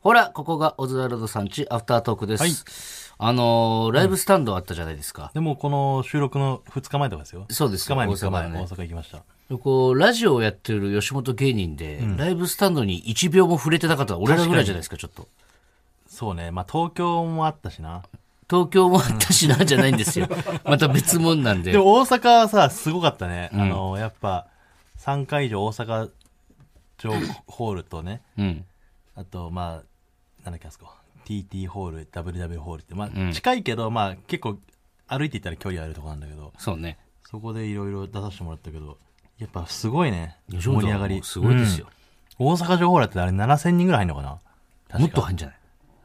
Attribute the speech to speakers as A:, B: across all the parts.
A: ほら、ここがオズワルドさんち、アフタートークです。
B: はい
A: あのーライブスタンドあったじゃないですか。
B: でも、この収録の2日前とかですよ。
A: そうです
B: 2日前、
A: 大
B: 3
A: 阪
B: 日
A: 前
B: 前、
A: ね
B: 大阪行きました。
A: こう、ラジオをやってる吉本芸人で、ライブスタンドに1秒も触れてなかったら俺らぐらいじゃないですか、ちょっと。
B: そうね。まあ、東京もあったしな。
A: 東京もあったしな、じゃないんです よ。また別もんなんで。
B: でも、大阪はさ、すごかったね。あの、やっぱ、3会場大阪城ホールとね、
A: うん。
B: あと、まあ、なんだっけ、あそこ。TT ホール、WW ホールって、まあ、近いけど、まあ、結構、歩いていったら距離あるとこなんだけど、
A: そうね。
B: そこでいろいろ出させてもらったけど、やっぱすごいね。
A: 吉
B: 盛
A: 本
B: り上
A: は
B: が
A: も
B: り。
A: うすごいですよ。
B: うん。大阪城ホールだってあれ7000人ぐらい入んのかな確か
A: もっと入んじゃない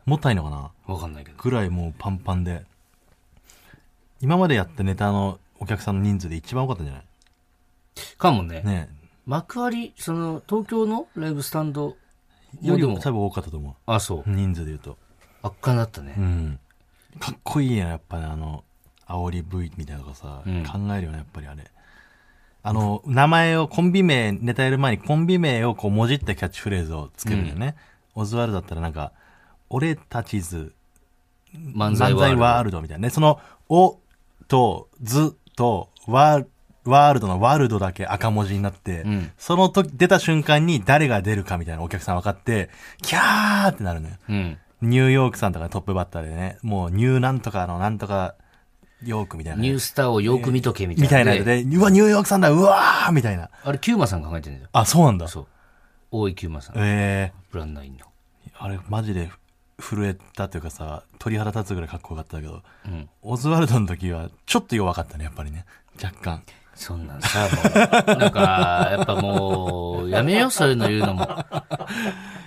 B: もったいのかな
A: わかんないけど。
B: ぐらいもうパンパンで今までやったネタのお客さんの人数で一番多かったんじゃない
A: かもね。
B: ね
A: 幕張、その、東京のライブスタンド
B: えよ
A: よ
B: り
A: り
B: も
A: も、
B: 多分多かったと思
A: あ、そう
B: う。人数で言うと
A: 圧巻だったね。
B: うんかっこいいややっぱねあの煽り V みたいなのがさ、
A: うん
B: 考えるよねやっぱりあれあの名前をコンビ名ネタやる前にコンビ名をこうもじったキャッチフレーズをつけるんだよね、オズワルドだったらなんか「俺たちず
A: 漫
B: 漫
A: 才
B: 才
A: はある
B: ワールドみたいなね。その、おと、ずと、ワーワールドのワールドだけ赤文字になって、
A: ん
B: その時出た瞬間に誰が出るかみたいなお客さん分かって、キャーってなるのよ。
A: うん。
B: ニューヨークさんとかトップバッターでね、もうニューなんとかのなんとかヨークみたいなね、
A: ニュースターをよく見とけみたいな。
B: みたいなので、うわ、ニューヨークさんだ、うわーみたいな。
A: あれ、キューマさんが考えてるんだよ。
B: あ、そうなんだ。
A: そう。大井キューマさん。
B: え
A: プランナインの。
B: ー、あれマジで震えたというかさ、鳥肌立つぐらいかっこよかったけど、
A: うん。
B: オズワルドの時はちょっと弱かったね、やっぱりね。若干。
A: そんなんさ、もう、なんか、やっぱもう、やめよう、そういうの言うのも。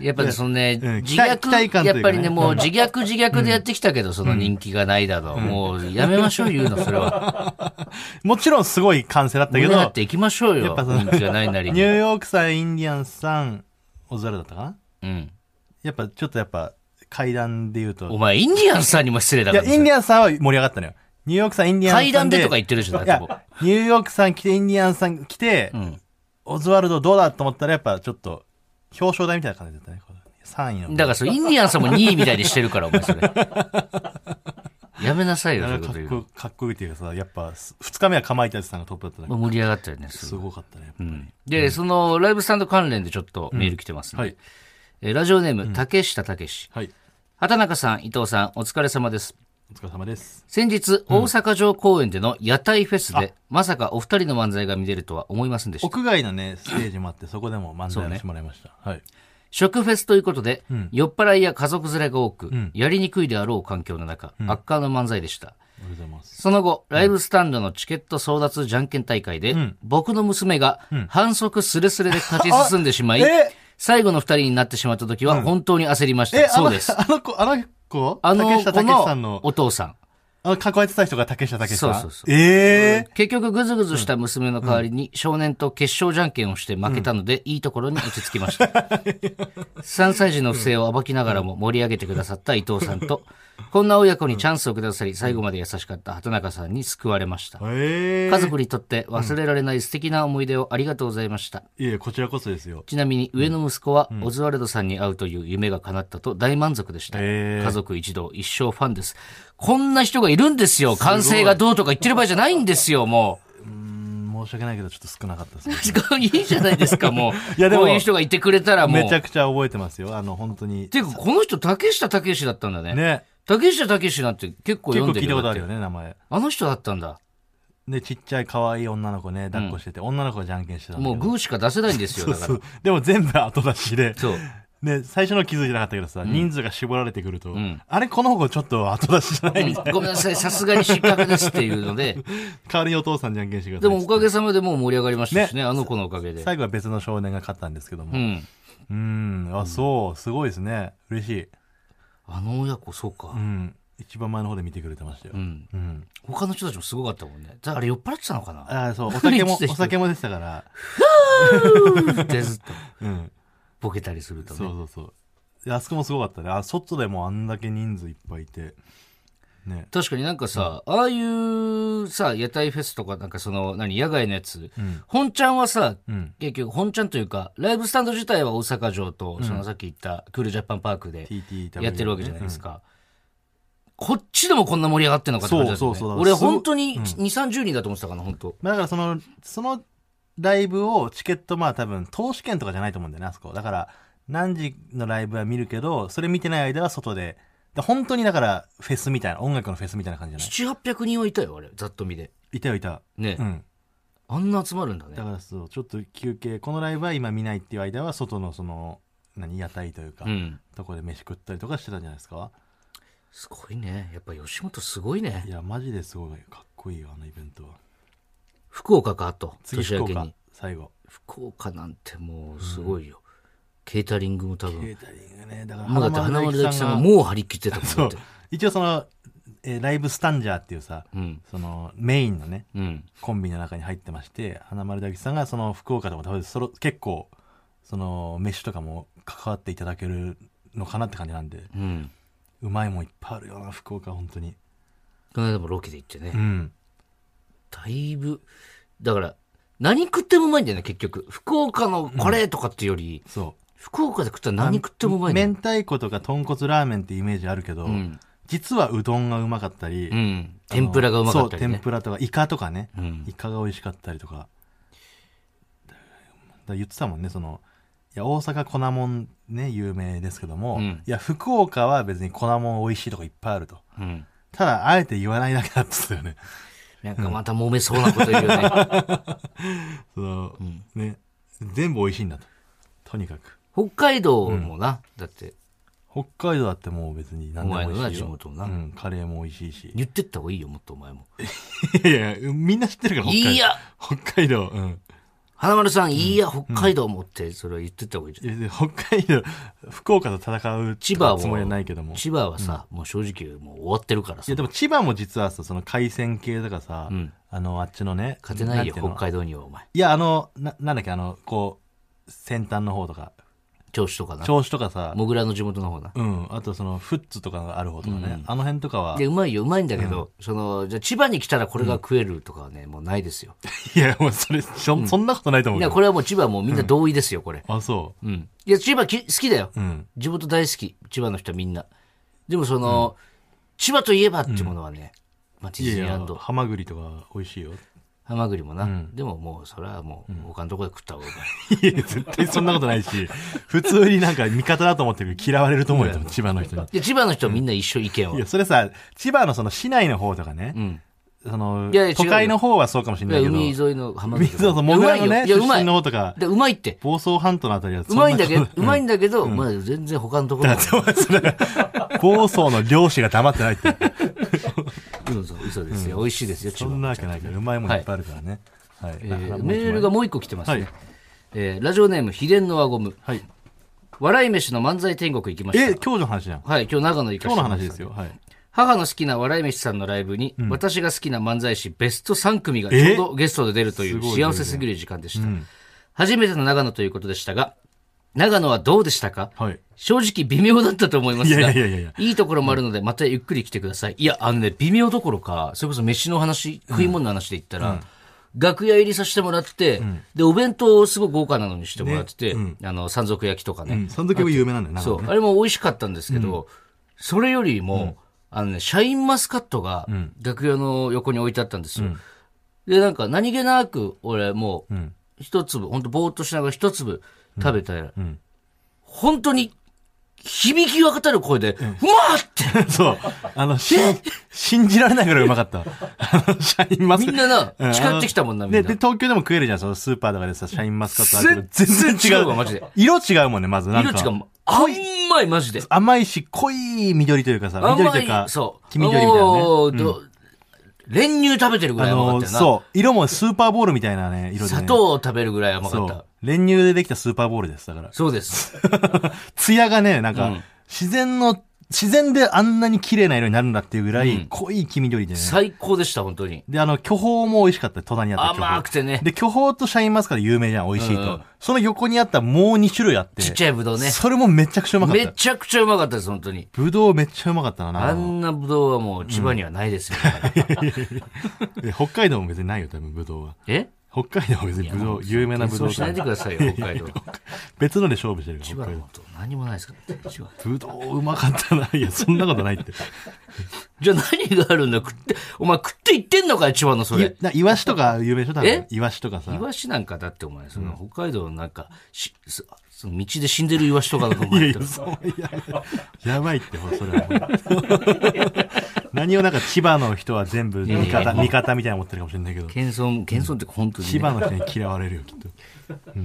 A: やっぱそのね、
B: うん
A: 自
B: 期待期待
A: 虐、
B: 感と
A: や
B: い
A: っ
B: うかね
A: ぱりね、もう自虐自虐でやってきたけど、その人気がないだろう。もう、やめましょう、言うの、それは。
B: もちろんすごい歓声だった
A: だ
B: け
A: け
B: ど、
A: ど、っ
B: ニ
A: ていきましょう
B: や
A: よ
B: っ、ぱその
A: 人気がないなり
B: ュ
A: に。
B: ーヨークさん、インディアンスさん、オズワルドだったかな
A: うん。
B: やっぱちょっとやっぱ階段で言うと。
A: お
B: い
A: 前、インディアンスさんにも失礼だか
B: や、
A: ら。
B: インディアンスさんは盛り上がったのよ。ニューヨークさん、インディアンスさん。
A: 階段でとか言ってるでしょ、だ
B: い
A: っても
B: や、ニューヨークさん来て、インディアンスさん来て、
A: う。うん。
B: オズワルドどうだと思ったらやっぱちょっと表彰台みたいな感じだったね。3位の。
A: だからそれインディアンさんも2位みたいにしてるから、お前 それ。やめなさいよ、そうい
B: なん
A: うこ
B: か
A: と
B: か
A: 言
B: っ
A: うの
B: こかっこいいっていうかさ、やっぱ2日目はかまいたちさんがトップだったんだ
A: まあ
B: けど、
A: 盛り上がったよね、す
B: す
A: ごい
B: ごかったね。やっぱ
A: うんで、そのライブスタンド関連でちょっとメール来てますんで
B: はい。
A: えーラジオネーム、竹下竹志。
B: はい。
A: 畑中さん、伊藤さん、お疲れ様です。
B: お疲れ様です。
A: 先日、大阪城公園での屋台フェスで、まさかお二人の漫才が見れるとは思いませんでした。
B: 屋外のね、ステージもあって、そこでも漫才をしてもらいました。はい。
A: 食フェスということで、酔っ払いや家族連れが多く、やりにくいであろう環境の中、悪化の漫才でした。
B: ありがとうございます。
A: その後、ライブスタンドのチケット争奪じゃんけん大会で、僕の娘が反則スレスレで勝ち進んでしまい、
B: え
A: 最後の二人になってしまった時は本当に焦りました。
B: え、あ
A: そう
B: の
A: です。
B: あの子、あの子
A: あの
B: 竹
A: 子
B: 下竹さんの
A: の、お父さん。
B: あの、囲えてた人が竹下竹さん。
A: そうそうそう
B: ええ
A: 結局、ぐずぐずした娘の代わりに少年と決勝じゃんけんをして負けたので、いいところに落ち着きました。3歳児の不正を暴きながらも盛り上げてくださった伊藤さんと、こんな親子にチャンスをくださり、最後まで優しかった畑中さんに救われました。
B: ええ
A: 家族にとって忘れられない素敵な思い出をありがとうございました。
B: いえ、こちらこそですよ。
A: ちなみに上の息子はオズワルドさんに会うという夢が叶ったと大満足でした。
B: へー
A: 家族一同一生ファンです。こんな人がいるんですよ。完成がどうとか言ってる場合じゃないんですよ、 もう。
B: うん申し訳ないけど、ちょっと少なかったですね。
A: いいじゃないですか、もう。
B: いやでも
A: こういう人がいてくれたらもう。
B: めちゃくちゃ覚えてますよ。あの、本当に。
A: ていうか、この人、竹下竹志だったんだね。
B: ね。
A: 竹下竹志なんて結構
B: 結
A: 読
B: 構
A: んで
B: 聞
A: る
B: いた
A: よ
B: ことある
A: だ
B: よ
A: って
B: ね、名前。
A: あの人だったんだ。
B: で、ちっちゃい可愛い女の子ね、抱っこしてて、女の子がじゃんけんしてたんだ
A: も
B: け
A: う
B: ど
A: グーしか出せないんですよ、
B: そう
A: だから。そ
B: そ
A: う
B: う。でも全部後出しで。
A: そう。
B: ね、最初の気づいてなかったけどさ、人数が絞られてくると、
A: ん
B: あれ、この子ちょっと後出しじ ゃないみたいな。
A: ごめんなさい、さすがに失格ですっていうので、
B: 代わりにお父さんじゃんけんしてくださ
A: で
B: い。
A: もおかげさまでもう盛り上がりましたしね、あの子のおかげで。
B: 最後は別の少年が勝ったんですけど
A: う
B: も。
A: ん。
B: うん、あ、そう、すごいですね。嬉しい。
A: あの親子、そうか
B: う。ん。一番前の方で見てくれてましたよ。
A: う
B: うん。
A: ん。他の人たちもすごかったもんね。あれ酔っ払ってたのか な
B: ああ、そう、お酒も、
A: 何してる
B: お酒もでしたから。
A: ってずっと
B: うん。
A: ボケたりすると
B: そう
A: ね。
B: そうそう。であそこもすごかったね。あ、外でもあんだけ人数いっぱいいて。ね。
A: 確かになんかさ、ああいうさ、屋台フェスとかなんかその、何、野外のやつ、本ちゃんはさ、
B: うん
A: 結局本ちゃんというか、ライブスタンド自体は大阪城と、そのさっき言ったクールジャパンパークで
B: TTW
A: やってるわけじゃないですか。こっちでもこんな盛り上がってんのかって感じだった
B: そ
A: よ
B: う
A: ね
B: そうそう
A: 俺本当に2、30人だと思ってたから、本当。
B: まあだからその、そのライブをチケットまあ多分投資券とかじゃないと思うんだよね、あそこ。だから何時のライブは見るけど、それ見てない間は外で。で本当にだからフェスみたいな、音楽のフェスみたいな感じじゃない
A: 7、800人はいたよ、あれ。ざっと見で。
B: いたよいた。
A: ね。
B: うん。
A: あんな集まるんだね
B: だ。からそう、ちょっと休憩、このライブは今見ないっていう間は外のその、何、屋台というか、
A: うん。
B: とこで飯食ったりとかしてたんじゃないですか
A: すごいね。やっぱ吉本すごいね
B: い。や、マジですごいかっこいいよ、あのイベントは。
A: 福岡か、あと。
B: 次
A: 年
B: 福
A: 明け
B: 岡
A: に。、
B: 最後。
A: 福岡なんてもうすごいよ、ケータリングも多
B: ケ
A: 分
B: ータリングね、だから
A: もうだって花丸大吉さんが
B: が
A: もう張り切ってたもん
B: そ
A: だ
B: う
A: って。
B: 一応その、えーライブスタンジャーっていうさ、
A: うん
B: そのメインのね、
A: うん
B: コンビの中に入ってまして、花丸大吉さんがその福岡でも多分そろ結構、その飯とかも関わっていただけるのかなって感じなんで、
A: うん
B: うまいもんいっぱいあるよな、福岡、本当に。
A: この間もロケで行ってね、
B: うん。
A: だいぶだから何食ってもうまいんだよね結局福岡のこれとかっていうより、
B: そ
A: 福岡で食ったら
B: う。
A: 何食ってもうまいんだよ
B: 明太子とか豚骨ラーメンってイメージあるけど、
A: うん、
B: 実はうどんがうまかったり、
A: うん、天ぷらがうまかったり
B: そう、
A: ね
B: 天ぷらとか、イカとかね。
A: うん
B: イカが美味しかったりとか。だから言ってたもんね、その、いや、大阪粉もんね、有名ですけども、
A: うん
B: いや、福岡は別に粉もん美味しいとこいっぱいあると。
A: うん、
B: ただ、あえて言わないだけだっつったよね。
A: なんかまた揉めそうなこと言うよ ね
B: その、ね、全部美味しいんだと。とにかく。
A: 北海道もな、だって
B: 北海道だってもう別に何でも美味しいよ。
A: お前のな地元な
B: うん、カレーも美味し いし。
A: 言ってった方がいいよもっとお前も
B: いやいや、みんな知ってるから、北海道。
A: いや
B: 北海道、うん。
A: 花丸さんいいや北海道もってそれは言ってった方がいいじゃん
B: いやで北海道、福岡と戦う
A: 千葉
B: つもりはないけども
A: も。千葉はさ、もう正直もう終わってるから
B: い
A: さ
B: やでも千葉も実はさその海鮮系とかさ、
A: うん
B: あのあっちのね
A: 勝てないよ
B: んてう
A: 北
B: の
A: 海道にはお前
B: いやあのななんだっけあのこう先端の方とか
A: 銚子とかな
B: 銚子とかさ
A: モグラの地元の方な
B: うんあとそのフッツとかがある方とかね、あの辺とかは
A: でうまいようまいんだけど、そのじゃあ千葉に来たらこれが食えるとかはね、もうないですよ
B: いやもうそれそ,、ん、そんなことないと思
A: い
B: うけ
A: や
B: ど
A: これはもう千葉はもうみんな同意ですよこれ
B: あそ
A: うん、いや千葉き好きだよ、
B: ううん
A: 地元大好き千葉の人はみんなでもその、千葉といえばっていうものはね、まあ、ディ
B: いや
A: ズ
B: い
A: ニーラ
B: や
A: ンド
B: ハマグリとか美味しいよ
A: ハマグリもな、でももうそれはもう他のところで食った方がいい
B: いや絶対そんなことないし普通になんか味方だと思ってるけど嫌われると思うよ多分千葉の人に
A: で千葉の人はみんな一緒意見を、
B: いやそれさ千葉のその市内の方とかね、
A: ん
B: その
A: いやいや違うよ
B: 都会の方はそうかもしれ
A: い
B: な
A: や
B: いけど
A: 海沿いの浜
B: 水野さん、モグラのね、
A: いや
B: 出
A: うまい
B: 身
A: よい
B: の
A: や
B: 方とか
A: うまい、でうまいって
B: 房総半島のあたりは
A: う
B: そ
A: まいんだけ
B: こ
A: どうまいんだけど、まあ全然他のところも
B: と房総の漁師が黙ってな いって。
A: 嘘嘘ですよ、美味しいですよ千
B: そ
A: 葉
B: んなわけないから、うまいもんいっぱいあるからね。はい。
A: えーメールがもう一個来てますね、
B: はい
A: えーラジオネーム秘伝の輪ゴム
B: はい。
A: 笑い飯の漫才天国行きまし
B: え、
A: た
B: 今日の話じゃん。
A: はい今日長野行か
B: 今
A: せて
B: 日の
A: もらいま
B: 話
A: した
B: ですよ。はい。
A: 母の好きな笑い飯さんのライブに、私が好きな漫才師ベスト3組がち
B: え
A: ょうどゲストで出るという
B: すごい
A: 幸せすぎる時間でした、初めての長野ということでしたが長野はどうでしたか、
B: はい。
A: 正直微妙だったと思いますが
B: いやいやいやいや
A: いところもあるのでまたゆっくり来てくださいいやあのね微妙どころかそれこそ飯の話食い物の話で言ったら、楽屋入りさせてもらって、で、お弁当をすごい豪華なのにしてもらってて、あの、山賊焼きとかね、
B: うん。その時も有名なんだよな。
A: そう、あれも美味しかったんですけど、それよりも、あのね、シャインマスカットが楽屋の横に置いてあったんですよ。で、なんか何気なく、俺もう、一粒、ほんとぼーっとしながら一粒食べたら、本当に、響き渡る声で、うわーって、
B: そう。あの、しん信じられないぐらいうまかった。 あの、シャインマスカ
A: み
B: ッ
A: ん
B: ト。
A: なな
B: う、ん
A: 誓ってきたもんな、
B: あの
A: みん
B: で、
A: な
B: で、。東京でも食えるじゃん、そのスーパーとかでさ、シャインマスカットあるけど、
A: 全
B: 全然違
A: 違うわマジで
B: う。色違うもんね、まず。なん
A: 色
B: か
A: 違うもん。甘い、マジで。
B: 甘いし、濃い緑というかさ、
A: 甘
B: 緑というか、
A: そう。
B: 黄緑みたいなね。
A: もうど練乳食べてるぐ
B: あ
A: らい甘かっ
B: の
A: たよな。
B: そう。色もスーパーボールみたいなね、色で、ね。
A: 砂糖を食べるぐらい甘か
B: そ
A: った。
B: う。練 乳でできたスーパーボールです、だから。
A: そうです。
B: 艶がね、なんか、
A: うん
B: 自然の自然であんなに綺麗な色になるんだっていうぐら
A: うん
B: い濃い黄緑でね。
A: 最高でした、本当に。
B: で、あの、巨峰も美味しかった。隣にあった巨峰。
A: 甘くてね。
B: で、巨峰とシャインマスカット有名じゃん、美味しいと。
A: うん
B: その横にあったもう2種類あって。
A: ちっちゃいブドウね。
B: それもめちゃくちゃうまかっ
A: め
B: た。
A: ちゃくちゃうまかったです、本当に。
B: ぶどうめっちゃうまかった
A: あ
B: な。
A: んなブドウはもう千葉にはないですよ。だから
B: で北海道も別にないよ、多分ぶどうは。
A: え
B: 北海道は別にぶどう、有名なぶど
A: そううしないでくださいよ、北 海道。
B: 別ので勝負してるか
A: 千葉
B: ら、北海
A: の
B: 道。
A: こと何もないですから。千葉
B: ぶどううまかったな。いや、そんなことないって。
A: じゃあ何があるんだ食って、お前食っていってんのかよ、千葉のそれ
B: い。なイワシとか有名でしょ多分
A: え。
B: イワシとかさ。
A: イワシなんかだってお前、その北海道のなんか、しそその道で死んでるイワシとかだと思
B: いや
A: っ
B: い
A: た
B: や、
A: ら。
B: そう、やばい。やばいって、ほらそれは。何をなんか千葉の人は全部味
A: いや
B: 方、
A: いや
B: 味方みたいな思ってるかもしれないけど、
A: 謙遜、謙遜って本当にね、
B: 千葉の人に嫌われるよ、きっと。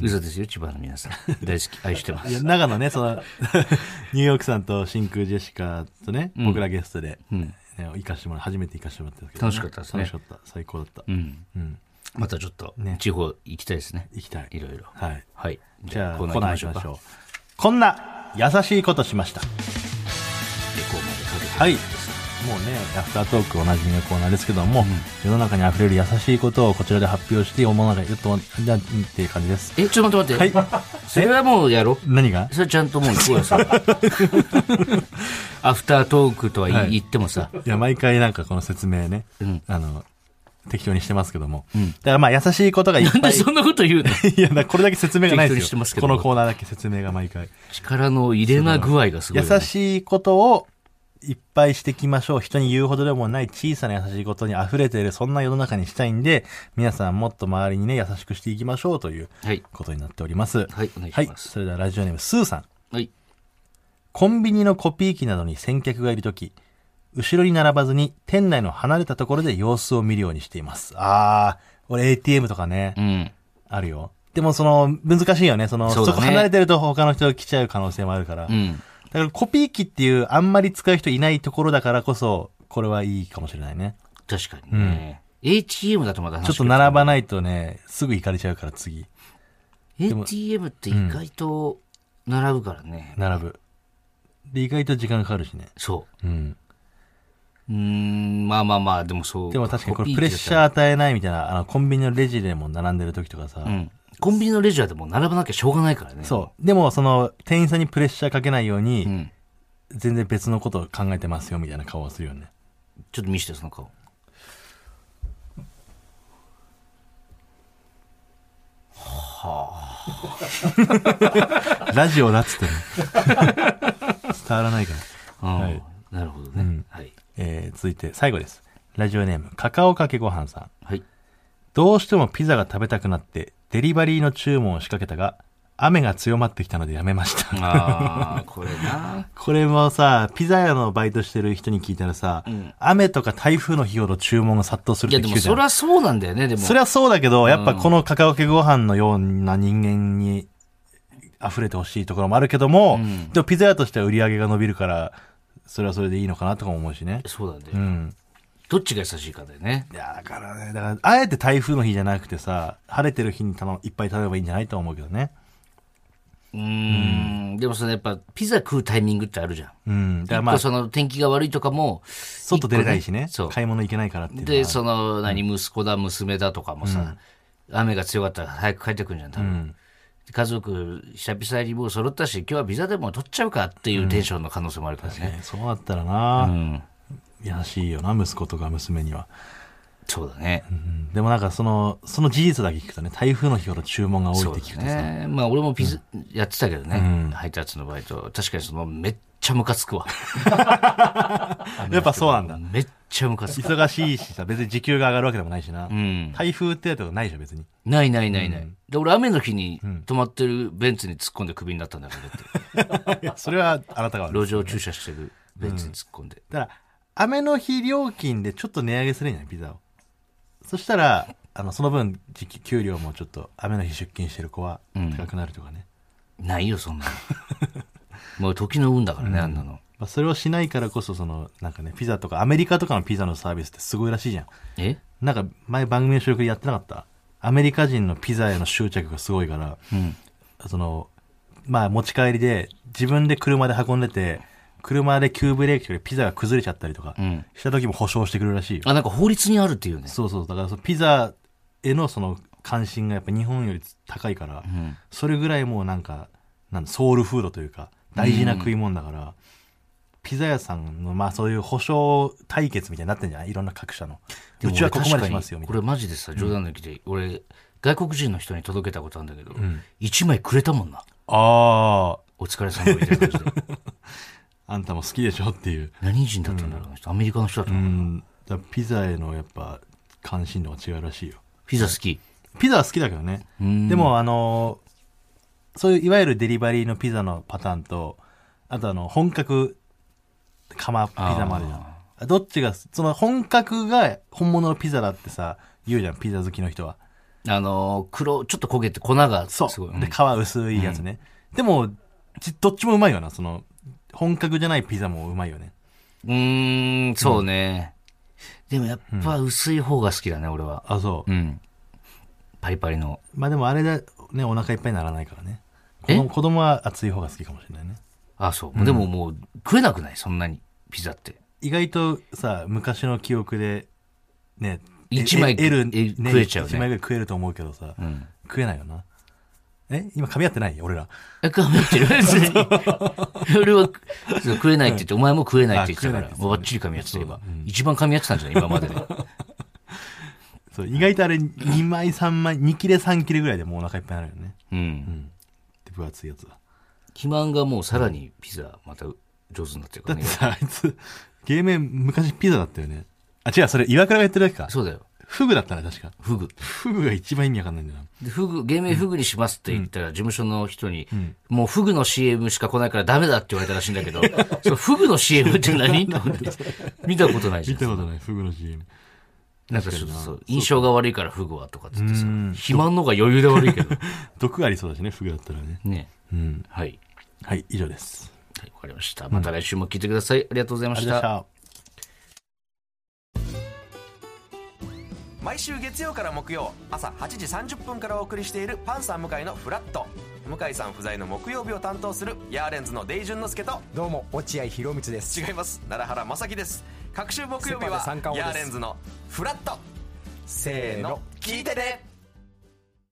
A: 嘘ですよ、千葉の皆さん。 大好き、愛してま
B: いや、
A: す。
B: 長野ね、その、 ニューヨークさんと真空ジェシカとね、僕らゲストで、ね行かしてもらう、初めて行かしてもらったけど、
A: 楽しかったですね
B: 楽しかった。最高だった。
A: うん。
B: うん。
A: またちょっと
B: ね、
A: 地方行きたいですね。
B: 行きたい。
A: いろいろ。
B: はい。
A: はい。
B: じゃあ、
A: コー
B: コー
A: ナ
B: ナ
A: ー行
B: ー行
A: き
B: き
A: ま
B: ま
A: し
B: し
A: ょう
B: ょう。こんな優しいことしました。
A: レコーまでかけて
B: はい。もうね、アフタートークおなじみのコーナーですけども、世の中に溢れる優しいことをこちらで発表して、世の中に言っと、なんっていう感 じです。
A: え、ちょっと待って
B: は
A: 待
B: い
A: って。。それはもうやろう。
B: 何が
A: それちゃんともう行こう よ、それアフタートークとは
B: はい
A: 言ってもさ。
B: いや、毎回なんかこの説明ね、
A: うん
B: あの、適当にしてますけども。だからまあ、優しいことがいっ
A: なん
B: ぱ
A: で
B: い。
A: そんなこと言うの
B: いや、だからこれだけ説明がないで
A: 適当にし
B: す
A: て
B: よ。
A: ますけど
B: このコーナーだけ説明が毎回。
A: 力の入れな具合がすごいよね。
B: 優しいことをいっぱいしていきましょう。人に言うほどでもない小さな優しいことに溢れている、そんな世の中にしたいんで、皆さんもっと周りにね、優しくしていきましょうという
A: はい。
B: ことになっております。
A: はい、お願い
B: は
A: し
B: い。
A: ます。
B: それではラジオネーム、スーさん。
A: はい。
B: コンビニのコピー機などに先客がいるとき、後ろに並ばずに店内の離れたところで様子を見るようにしています。あー、俺 ATM とかね、
A: うん。
B: あるよ。でもその、難しいよね。その、
A: そうだね
B: そこ離れてると他の人が来ちゃう可能性もあるから。
A: うん。
B: だからコピー機っていうあんまり使う人いないところだからこそ、これはいいかもしれないね。
A: 確かにね。ATM だとまだ話
B: ちょっと並ば
A: ない。
B: ないとね、すぐ行かれちゃうから次、も
A: ATM って意外と並ぶからね。
B: 並ぶ。で、意外と時間かかるしね。
A: そ
B: うん。
A: う。うーん、まあまあまあ、でもそう。
B: でも確かにこれプレッシ
A: ー。
B: ャー与えないみたいな、あの、コンビニのレジでも並んでる時とかさ、
A: うん。コンビニのレジャーでも並ばなきゃしょうがないからね。
B: そう。でもその、店員さんにプレッシャーかけないように、
A: うん。
B: 全然別のことを考えてますよみたいな顔をするよね。
A: ちょっと見せて、その顔。
B: ラジオだっつってね。 伝わらないから。
A: うん
B: はい
A: なるほどね。はい。
B: えー続いて最後です。ラジオネーム、カカオかけごはんさん。
A: はい。
B: どうしてもピザが食べたくなって、デリバリーの注文を仕掛けたが、雨が強まってきたのでやめました。
A: ああ、これな。
B: これもさ、ピザ屋のバイトしてる人に聞いたらさ、雨とか台風の日ほど注文が殺到するっ
A: いや、
B: て
A: で
B: 聞
A: も
B: くじゃ
A: そ
B: ん。
A: りゃそうなんだよね、でも。
B: そりゃそうだけど、やっぱこのカカオケご飯のような人間に溢れてほしいところもあるけども、
A: ん
B: でもピザ屋としては売り上げが伸びるから、それはそれでいいのかなとかも思うしね。
A: そうなんだ
B: う
A: よ。
B: ん。
A: どっちが優しいかだよね。
B: いや、だからね、だから、あえて台風の日じゃなくてさ、晴れてる日に頼むいっぱい食べればいいんじゃないと思うけどね。
A: うーん。でもそのやっぱ、ピザ食うタイミングってあるじゃん。
B: うん。だから
A: 一
B: ま
A: 個
B: あ、
A: その天気が悪いとかも、
B: 外出れない
A: 一
B: し
A: 個
B: ね。
A: そう。
B: 買い物行けないからっていうのは
A: で、その、何、息子だ、娘だとかもさ、雨が強かったら早く帰ってくるじゃん、多分。家族、久々にもう揃ったし、今日はビザでも取っちゃうかっていうテンションの可能性もあるからね。
B: ねそうだったら
A: う
B: な、
A: ん。
B: 優しいよな、息子とか娘には。
A: そうだね。
B: うんでもなんかその、その事実だけ聞くとね、台風の日ほど注文が多いって聞くとさ、
A: ねまあ俺もピザ、やってたけどね、
B: うん
A: 配達のバイト。確かにその、めっちゃムカつくわ。
B: やっぱそうなんだ。
A: めっちゃムカつく。
B: 忙しいしさ、別に時給が上がるわけでもないしな。
A: うん。
B: 台風ってやつがないでしょ、別に。
A: ないないないない。で、俺雨の日に止まってるベンツに突っ込んでクビになったんだからだ って。
B: いやそれはあなたが悪い。
A: 路上駐車してるベンツに突っ込んで。
B: だから、雨の日料金でちょっと値上げするんじゃないピザを。そしたら、あの、その分、時給給料もちょっと、雨の日出勤してる子は高くなるとかね。
A: ないよ、そんなの。 もう時の運だからね、あんなの。
B: まあ、それをしないからこそ、その、なんかね、ピザとか、アメリカとかのピザのサービスってすごいらしいじゃん。
A: え
B: なんか、前番組の収録でやってなかったアメリカ人のピザへの執着がすごいから、
A: うん。
B: その、まあ、持ち帰りで、自分で車で運んでて、車で急ブレーキとかでピザが崩れちゃったりとか
A: うん。
B: した時も保証してくれるらしいよ。
A: あ、なんか法律にあるっていうね。
B: そうそう。だからそのピザへのその関心がやっぱ日本より高いから、
A: うん。
B: それぐらいもうなんか、なんだソウルフードというか、大事な食い物だから、ピザ屋さんの、まあそういう保証対決みたいになってんじゃないいろんな各社の。
A: で
B: う
A: も
B: ちはここまで
A: 俺確か
B: し
A: に
B: ますよ、みた
A: こ
B: いな。
A: れマジでさ、冗談抜きで、俺、外国人の人に届けたことあるんだけど
B: ん、
A: 一、枚くれたもんな。
B: あ
A: お疲れ様みたいな感じで。
B: あ、あんたも好きでしょっていう。
A: 何人だったんだろう、あの人アメリカの人だと
B: う
A: 思う。
B: ん。だからピザへのやっぱ関心度が違うらしいよ。
A: ピザ好き。
B: ピザは好きだけどね。
A: うん
B: で、もあのーそういういわゆるデリバリーのピザのパターンと、あとあの、本格釜ピザもあるじゃん。どっちが、その本格が本物のピザだってさ、言うじゃん、ピザ好きの人は。
A: あのー、黒、ちょっと焦げて粉がす
B: そ
A: ご
B: う。
A: い。うん
B: で、皮薄いやつね。でも、ちどっちもうまいよな、その、本格じゃないピザもうまいよね。
A: うーん、そうね。でもやっぱ薄い方が好きだね、俺は。
B: あ、そう。
A: うん。パリパリの。
B: まあでもあれだ、ね、お腹いっぱいにならないからね。子
A: え
B: 供子供は熱い方が好きかもしれないね。
A: あ、そう。でももう食えなくないそんなに。ピザって。
B: 意外とさ昔の記憶でね
A: 一枚
B: ええ L
A: え食えちゃうね
B: 一枚ぐらい食えると思うけどさ、
A: うん。
B: 食えないよなえ今噛み合ってない俺ら
A: え、食べてる別に。 俺はそう食えないって言って、お前も食えないって言ってたか
B: あ
A: ら、
B: 食えないって言ってた
A: もうバッチリ噛み合ってた今。一番噛み合ってたんじゃない今まで で。
B: そう意外とあれ2枚3枚2切れ3切れぐらいでもうお腹いっぱいになるよね
A: うん。
B: で分厚いやつは
A: 肥満がもうさらにピザまた上手になってるか
B: だ
A: ら
B: って
A: ね。
B: さあいつ芸名昔ピザだったよねあ違うそれ岩倉がやってるだけか
A: そうだよ。
B: フグだったね確か
A: フグ。
B: フグが一番意味わかんないんだよな
A: でフグ、芸名フグにしますって言ったら、事務所の人に、
B: ん
A: もうフグの CM しか来ないからダメだって言われたらしいんだけ ど、そのフグの CM って何と思って見たことないじゃ
B: 見
A: ん。
B: たことないフグの CM
A: なんかちょっとそう、印象が悪いからフグはとかって言ってさ、
B: うん
A: 肥満の方が余裕で悪いけど。
B: 毒がありそうだしねフグだったらね
A: ね。
B: うん
A: はい。
B: はい以上です
A: はい、わかりました。また来週も聞いてください。ありがとうございま
B: あり
A: し
B: がとうございま
A: た
B: し。た
C: 毎週月曜から木曜朝8時30分からお送りしているパンサー向井のフラット向井さん不在の木曜日を担当するヤーレンズのデイジュンの之介と
D: どうも落合博満です
C: 違います奈良原正樹です各週木曜日は
D: セパで三冠王
C: ヤ
D: で
C: ー
D: す
C: レンズのフラット
D: せ
C: せー
D: ー
C: の
D: の
C: 聞いてて、ね